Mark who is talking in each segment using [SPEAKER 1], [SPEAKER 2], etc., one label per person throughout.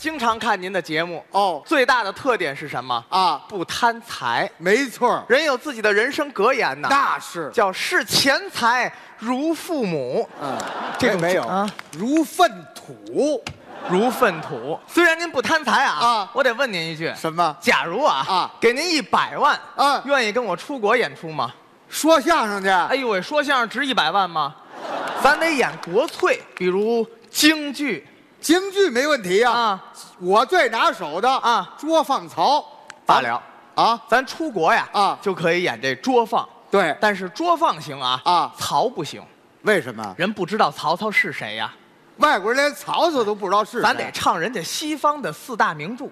[SPEAKER 1] 经常看您的节目，
[SPEAKER 2] 哦
[SPEAKER 1] 最大的特点是什么？
[SPEAKER 2] 啊，
[SPEAKER 1] 不贪财，
[SPEAKER 2] 没错儿，
[SPEAKER 1] 人有自己的人生格言呢，
[SPEAKER 2] 那是
[SPEAKER 1] 叫视钱财如父母，
[SPEAKER 2] 嗯，
[SPEAKER 1] 这种
[SPEAKER 2] 没没有
[SPEAKER 1] 啊
[SPEAKER 2] 如粪土，
[SPEAKER 1] 如粪土。虽然您不贪财啊，
[SPEAKER 2] 啊
[SPEAKER 1] 我得问您一句，
[SPEAKER 2] 什么
[SPEAKER 1] 假如啊
[SPEAKER 2] 啊
[SPEAKER 1] 给您一百万，
[SPEAKER 2] 嗯
[SPEAKER 1] 愿意跟我出国演出吗？
[SPEAKER 2] 说相声去？
[SPEAKER 1] 哎呦喂，说相声值一百万吗？咱得演国粹，比如京剧
[SPEAKER 2] 京剧没问题呀、
[SPEAKER 1] 啊
[SPEAKER 2] 我最拿手的
[SPEAKER 1] 啊
[SPEAKER 2] 捉放曹
[SPEAKER 1] 罢了。
[SPEAKER 2] 啊，
[SPEAKER 1] 咱出国呀
[SPEAKER 2] 啊
[SPEAKER 1] 就可以演这捉放，
[SPEAKER 2] 对，
[SPEAKER 1] 但是捉放行啊
[SPEAKER 2] 啊
[SPEAKER 1] 曹不行，
[SPEAKER 2] 为什么
[SPEAKER 1] 人不知道曹操是谁呀、
[SPEAKER 2] 外国人连曹操都不知道是谁？啊
[SPEAKER 1] 咱得唱人家西方的四大名著，《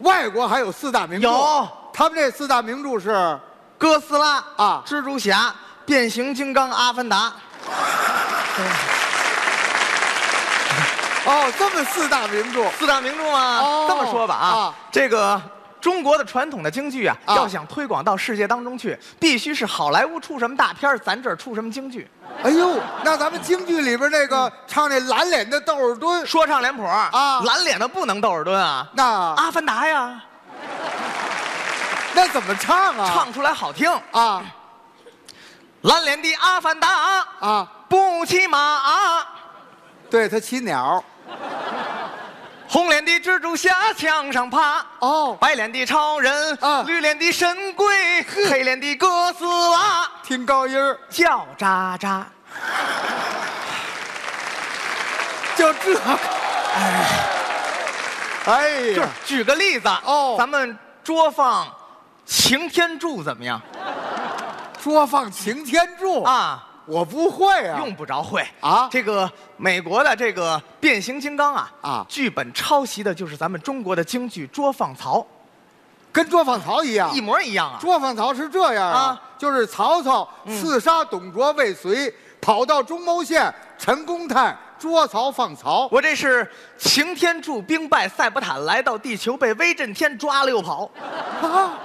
[SPEAKER 2] 外国还有四大名著，
[SPEAKER 1] 有
[SPEAKER 2] 他们这四大名著是哦
[SPEAKER 1] 哥斯拉》
[SPEAKER 2] 啊
[SPEAKER 1] 蜘蛛侠》《变形金刚》《阿凡达》。
[SPEAKER 2] 哦，这么四大名著，
[SPEAKER 1] 四大名著吗？
[SPEAKER 2] 哦
[SPEAKER 1] 这么说吧啊，
[SPEAKER 2] 啊
[SPEAKER 1] 这个中国的传统的京剧啊，
[SPEAKER 2] 啊
[SPEAKER 1] 要想推广到世界当中去，必须是好莱坞出什么大片儿咱这儿出什么京剧。
[SPEAKER 2] 哎呦，那咱们京剧里边那个唱那蓝脸的窦尔敦，
[SPEAKER 1] 说唱脸谱啊
[SPEAKER 2] 啊
[SPEAKER 1] 蓝脸的不能窦尔敦啊，
[SPEAKER 2] 那
[SPEAKER 1] 阿凡达呀，
[SPEAKER 2] 那怎么唱啊？
[SPEAKER 1] 唱出来好听。
[SPEAKER 2] 啊
[SPEAKER 1] 蓝脸的阿凡达
[SPEAKER 2] 啊，
[SPEAKER 1] 不骑马，
[SPEAKER 2] 对他骑鸟
[SPEAKER 1] 红脸的蜘蛛侠墙上爬。
[SPEAKER 2] 哦，
[SPEAKER 1] 白脸的超人，
[SPEAKER 2] 啊
[SPEAKER 1] 绿脸的神龟，黑脸的哥斯拉，
[SPEAKER 2] 听高音儿，
[SPEAKER 1] 叫喳喳。
[SPEAKER 2] 就这，哎
[SPEAKER 1] 就是
[SPEAKER 2] 呀，
[SPEAKER 1] 举个例子
[SPEAKER 2] 哦
[SPEAKER 1] 咱们桌放《擎天柱》怎么样
[SPEAKER 2] 说放擎天柱，
[SPEAKER 1] 啊？
[SPEAKER 2] 我不会啊，
[SPEAKER 1] 用不着会
[SPEAKER 2] 哦啊
[SPEAKER 1] 这个美国的这个变形金刚啊
[SPEAKER 2] 啊
[SPEAKER 1] 剧本抄袭的就是咱们中国的京剧《捉放曹
[SPEAKER 2] 跟捉放曹一样》，
[SPEAKER 1] 一。模一样啊。
[SPEAKER 2] 捉放曹是这样啊
[SPEAKER 1] 啊，嗯
[SPEAKER 2] 就是曹操刺杀董卓、未遂，跑到中牟县，陈公探捉曹放曹。
[SPEAKER 1] 我这是擎天柱兵败塞伯坦，来到地球被威震天抓了又跑，
[SPEAKER 2] 啊，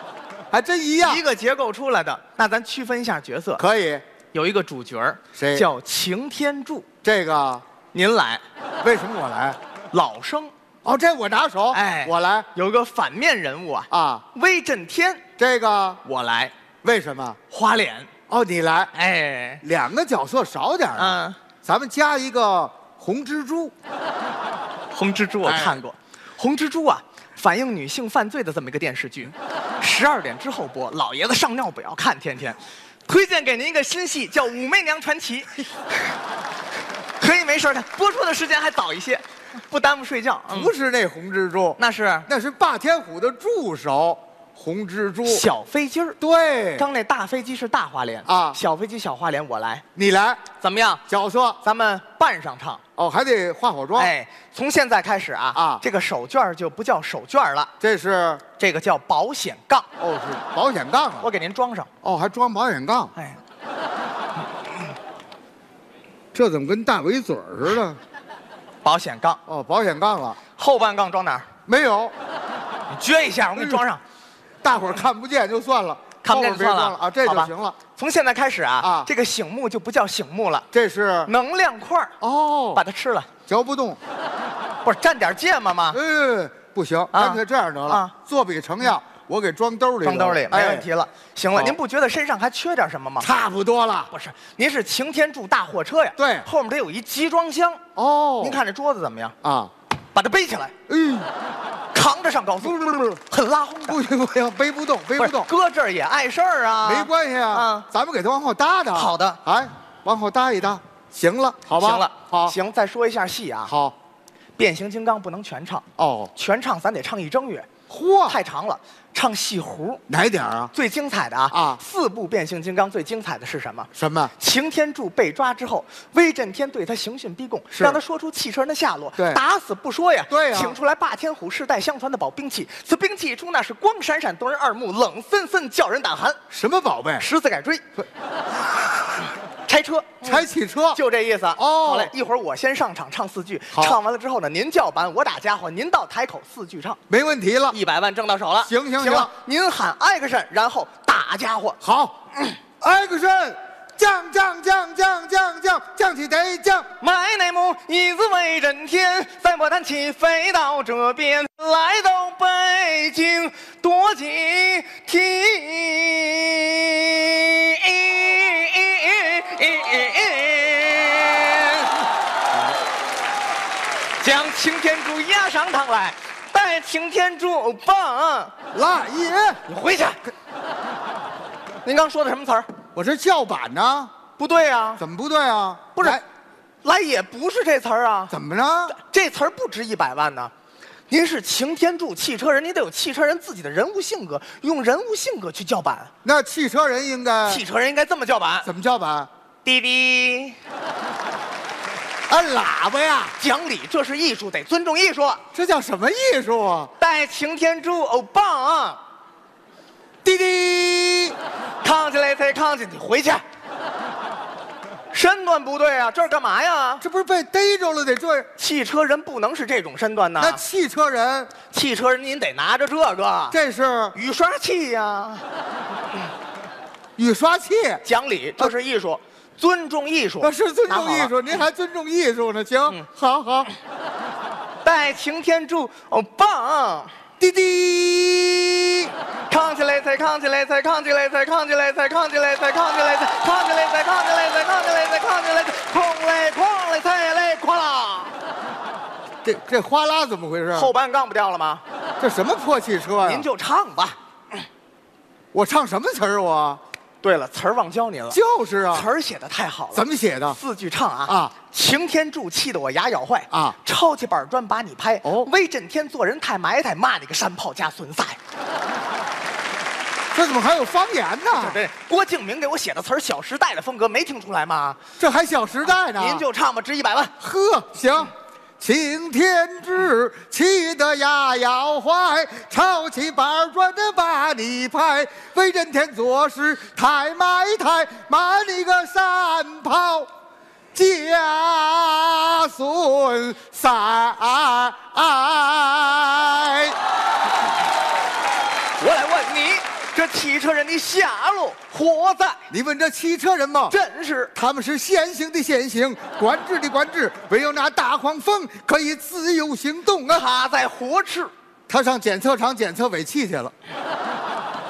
[SPEAKER 2] 还真一样
[SPEAKER 1] 一，个结构出来的。那咱区分一下角色，
[SPEAKER 2] 可以。
[SPEAKER 1] 有一个主角儿
[SPEAKER 2] 谁
[SPEAKER 1] 叫擎天柱，
[SPEAKER 2] 这个
[SPEAKER 1] 您来，
[SPEAKER 2] 为什么我来？
[SPEAKER 1] 老生，
[SPEAKER 2] 哦，这我拿手，
[SPEAKER 1] 哎，
[SPEAKER 2] 我来
[SPEAKER 1] 有个反面人物啊，
[SPEAKER 2] 啊。
[SPEAKER 1] 威震天，
[SPEAKER 2] 这个
[SPEAKER 1] 我来，
[SPEAKER 2] 为什么？
[SPEAKER 1] 花脸，
[SPEAKER 2] 哦，你来，
[SPEAKER 1] 哎，
[SPEAKER 2] 两个角色少点儿啊，
[SPEAKER 1] 嗯，
[SPEAKER 2] 咱们加一个红蜘蛛。
[SPEAKER 1] 红蜘蛛我看过，哎红蜘蛛啊，反映女性犯罪的这么一个电视剧，十二点之后播，老爷子上尿不要看，天天。推荐给您一个新戏，叫《武媚娘传奇》， 可以没事儿看，播出的时间还早一些，不耽误睡觉。嗯
[SPEAKER 2] 不是那红蜘蛛，
[SPEAKER 1] 那是
[SPEAKER 2] 那是霸天虎的助手红蜘蛛。
[SPEAKER 1] 小飞机儿，
[SPEAKER 2] 对，
[SPEAKER 1] 刚那大飞机是大花脸
[SPEAKER 2] 啊
[SPEAKER 1] 小飞机小花脸我来，
[SPEAKER 2] 你来
[SPEAKER 1] 怎么样？
[SPEAKER 2] 角色
[SPEAKER 1] 咱们扮上唱。
[SPEAKER 2] 哦，还得化好妆。
[SPEAKER 1] 哎，从现在开始啊，
[SPEAKER 2] 啊
[SPEAKER 1] 这个手绢儿就不叫手绢儿了，
[SPEAKER 2] 这是
[SPEAKER 1] 这个叫保险杠。
[SPEAKER 2] 哦，是保险杠了。
[SPEAKER 1] 我给您装上。
[SPEAKER 2] 哦，还装保险杠，
[SPEAKER 1] 哎，
[SPEAKER 2] 这怎么跟大围嘴儿似的？
[SPEAKER 1] 保险杠，
[SPEAKER 2] 哦，保险杠了，
[SPEAKER 1] 后半杠装哪儿？
[SPEAKER 2] 没有，
[SPEAKER 1] 你撅一下，我给你装上。
[SPEAKER 2] 大伙儿看不见就算了，
[SPEAKER 1] 看不见就
[SPEAKER 2] 后边别
[SPEAKER 1] 算
[SPEAKER 2] 装
[SPEAKER 1] 了
[SPEAKER 2] 了啊，这就
[SPEAKER 1] 好吧
[SPEAKER 2] 行了。
[SPEAKER 1] 从现在开始啊，
[SPEAKER 2] 啊
[SPEAKER 1] 这个醒目就不叫醒目了，
[SPEAKER 2] 这是
[SPEAKER 1] 能量块儿，
[SPEAKER 2] 哦
[SPEAKER 1] 把，它吃了。
[SPEAKER 2] 嚼不动，
[SPEAKER 1] 不是蘸点芥末吗？
[SPEAKER 2] 嗯，不行，干脆这样得了
[SPEAKER 1] 啊，
[SPEAKER 2] 做笔成样，我给装兜里，
[SPEAKER 1] 装兜里，没
[SPEAKER 2] 哎
[SPEAKER 1] 问题，了。行了，
[SPEAKER 2] 好
[SPEAKER 1] 您不觉得身上还缺点什么吗？
[SPEAKER 2] 差不多了。
[SPEAKER 1] 不是，您是擎天柱大货车呀，
[SPEAKER 2] 对
[SPEAKER 1] 后面得有一集装箱。
[SPEAKER 2] 哦，
[SPEAKER 1] 您看这桌子怎么样？
[SPEAKER 2] 啊，
[SPEAKER 1] 把它背起来，
[SPEAKER 2] 哎，
[SPEAKER 1] 扛着上高速
[SPEAKER 2] 不，不不
[SPEAKER 1] 很拉轰的。
[SPEAKER 2] 不行不行，背不动，背
[SPEAKER 1] 不
[SPEAKER 2] 不
[SPEAKER 1] 是
[SPEAKER 2] 动，
[SPEAKER 1] 搁这儿也碍事儿啊，
[SPEAKER 2] 没关系啊
[SPEAKER 1] 啊，
[SPEAKER 2] 咱们给它往后搭搭。
[SPEAKER 1] 好的
[SPEAKER 2] 哎，往后搭一搭，行了，好吧？
[SPEAKER 1] 行了，
[SPEAKER 2] 好，，
[SPEAKER 1] 行，再说一下戏啊。
[SPEAKER 2] 好，
[SPEAKER 1] 变形金刚不能全唱，
[SPEAKER 2] 哦，
[SPEAKER 1] 全唱咱得唱一正月，
[SPEAKER 2] 嚯，
[SPEAKER 1] 太长了，唱戏胡。
[SPEAKER 2] 哪点儿啊？
[SPEAKER 1] 最精彩的啊
[SPEAKER 2] 啊
[SPEAKER 1] 四部变形金刚最精彩的是什么？
[SPEAKER 2] 什么？
[SPEAKER 1] 擎天柱被抓之后，威震天对他刑讯逼供，
[SPEAKER 2] 是
[SPEAKER 1] 让他说出汽车人的下落，
[SPEAKER 2] 对
[SPEAKER 1] 打死不说呀。
[SPEAKER 2] 对啊呀
[SPEAKER 1] 请出来霸天虎世代相传的宝兵器，此兵器一出，那是光闪闪动人耳目，冷森森叫人胆寒。
[SPEAKER 2] 什么宝贝？
[SPEAKER 1] 十字改锥
[SPEAKER 2] 不，
[SPEAKER 1] 拆车，
[SPEAKER 2] 拆汽车？
[SPEAKER 1] 嗯就这意思。哦
[SPEAKER 2] 哦
[SPEAKER 1] 好嘞，一会儿我先上场唱四句，
[SPEAKER 2] 好
[SPEAKER 1] 唱完了之后呢，您叫板，我打家伙，您到台口四句唱，
[SPEAKER 2] 没问题了。
[SPEAKER 1] 一百万挣到手了。
[SPEAKER 2] 行行
[SPEAKER 1] 行了
[SPEAKER 2] 行，
[SPEAKER 1] 您喊 action，然后打家伙。
[SPEAKER 2] 好，action！哎降降降降降降降起得降，
[SPEAKER 1] 买乃木以子为震天，赛博坦起飞到这边，来到北京多几天。将擎天柱压上堂来，带擎天柱棒，
[SPEAKER 2] 来也。
[SPEAKER 1] 你回去。您刚说的什么词儿？
[SPEAKER 2] 我这叫板呢，
[SPEAKER 1] 不对啊，
[SPEAKER 2] 怎么不对啊？
[SPEAKER 1] 不是
[SPEAKER 2] 来，
[SPEAKER 1] 来也不是这词儿啊，
[SPEAKER 2] 怎么了？
[SPEAKER 1] 这词儿不值一百万呢。您是擎天柱汽车人，您得有汽车人自己的人物性格，用人物性格去叫板。
[SPEAKER 2] 那汽车人应该
[SPEAKER 1] 汽车人应该这么叫板：
[SPEAKER 2] 怎么叫板？
[SPEAKER 1] 滴滴，
[SPEAKER 2] 按喇叭呀，
[SPEAKER 1] 讲理，这是艺术，得尊重艺术。
[SPEAKER 2] 这叫什么艺术啊？
[SPEAKER 1] 带擎天柱，哦棒，
[SPEAKER 2] 滴滴，
[SPEAKER 1] 扛起来才扛起，你回去。身段不对啊，这是干嘛呀？
[SPEAKER 2] 这不是被逮着了得这？
[SPEAKER 1] 汽车人不能是这种身段呐。
[SPEAKER 2] 那汽车人
[SPEAKER 1] 汽车人您得拿着这个
[SPEAKER 2] 这是
[SPEAKER 1] 雨刷器呀、
[SPEAKER 2] 雨刷器，
[SPEAKER 1] 讲理，这是艺术，尊重艺术。
[SPEAKER 2] 那是尊重艺
[SPEAKER 1] 拿好嗯
[SPEAKER 2] 术，
[SPEAKER 1] 了。
[SPEAKER 2] 您还尊重艺术呢？行，好好，
[SPEAKER 1] 带擎天柱，哦棒！
[SPEAKER 2] 滴滴，
[SPEAKER 1] 扛起来，再扛起来，再扛起来，再扛起来，再扛起来，再扛起来，再扛起来，再扛起来，再扛起来，再扛起来，哐嘞哐嘞，再嘞哐啦！
[SPEAKER 2] 这这哗啦怎么回事？啊
[SPEAKER 1] 后半杠不掉了吗？
[SPEAKER 2] 这什么破汽车呀
[SPEAKER 1] 您？就唱吧。
[SPEAKER 2] 我唱什么词儿啊我？
[SPEAKER 1] 对了，词儿忘教您了，
[SPEAKER 2] 就是啊，
[SPEAKER 1] 词儿写的太好了。
[SPEAKER 2] 怎么写的？
[SPEAKER 1] 四句唱啊
[SPEAKER 2] 啊！
[SPEAKER 1] 擎天柱气得我牙咬坏
[SPEAKER 2] 啊
[SPEAKER 1] 抄起板砖把你拍
[SPEAKER 2] 哦
[SPEAKER 1] 威震天做人太埋汰，骂你个山炮加损塞。
[SPEAKER 2] 这怎么还有方言呢？
[SPEAKER 1] 对，郭敬明给我写的词儿，《小时代》的风格没听出来吗？
[SPEAKER 2] 这还《小时代》呢？
[SPEAKER 1] 您就唱吧，值一百万。
[SPEAKER 2] 呵，行。擎天柱气得牙咬坏，抄起板砖的哎把你拍，威震天做事太埋汰，骂你个山炮家孙塞。
[SPEAKER 1] 我来问你，这汽车人的下落活在
[SPEAKER 2] 你问这汽车人吗？
[SPEAKER 1] 真是
[SPEAKER 2] 他们是先行的先行，管制的管制，唯有那大黄蜂可以自由行动啊！
[SPEAKER 1] 他在活吃，
[SPEAKER 2] 他上检测场检测尾气去了，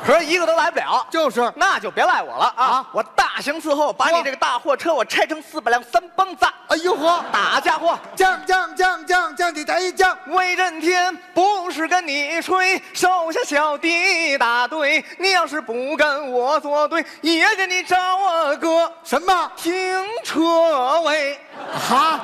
[SPEAKER 1] 可是一个都来不了。
[SPEAKER 2] 就是
[SPEAKER 1] 那就别赖我了啊！
[SPEAKER 2] 啊
[SPEAKER 1] 我大刑伺候，把
[SPEAKER 2] 说
[SPEAKER 1] 你这个大货车我拆成四百辆三帮子，
[SPEAKER 2] 哎呦呵，
[SPEAKER 1] 打家伙。
[SPEAKER 2] 降降降降降的得降，
[SPEAKER 1] 威震天不是跟你吹，手下小弟打对。你要是不跟我作对，也给你找我哥
[SPEAKER 2] 什么
[SPEAKER 1] 停车位。
[SPEAKER 2] 哈？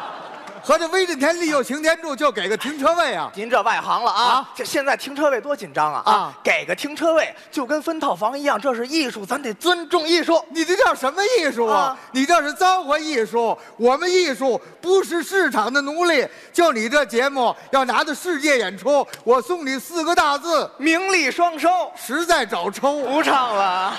[SPEAKER 2] 合着威震天利用擎天柱就给个停车位啊？
[SPEAKER 1] 您这外行了啊！
[SPEAKER 2] 啊
[SPEAKER 1] 这现在停车位多紧张啊！
[SPEAKER 2] 啊
[SPEAKER 1] 给个停车位就跟分套房一样，这是艺术，咱得尊重艺术。
[SPEAKER 2] 你这叫什么艺术啊
[SPEAKER 1] 啊？
[SPEAKER 2] 你这是脏活艺术。我们艺术不是市场的奴隶。就你这节目要拿到世界演出，我送你四个大字：
[SPEAKER 1] 名利双收，
[SPEAKER 2] 实在找抽。
[SPEAKER 1] 不唱了。啊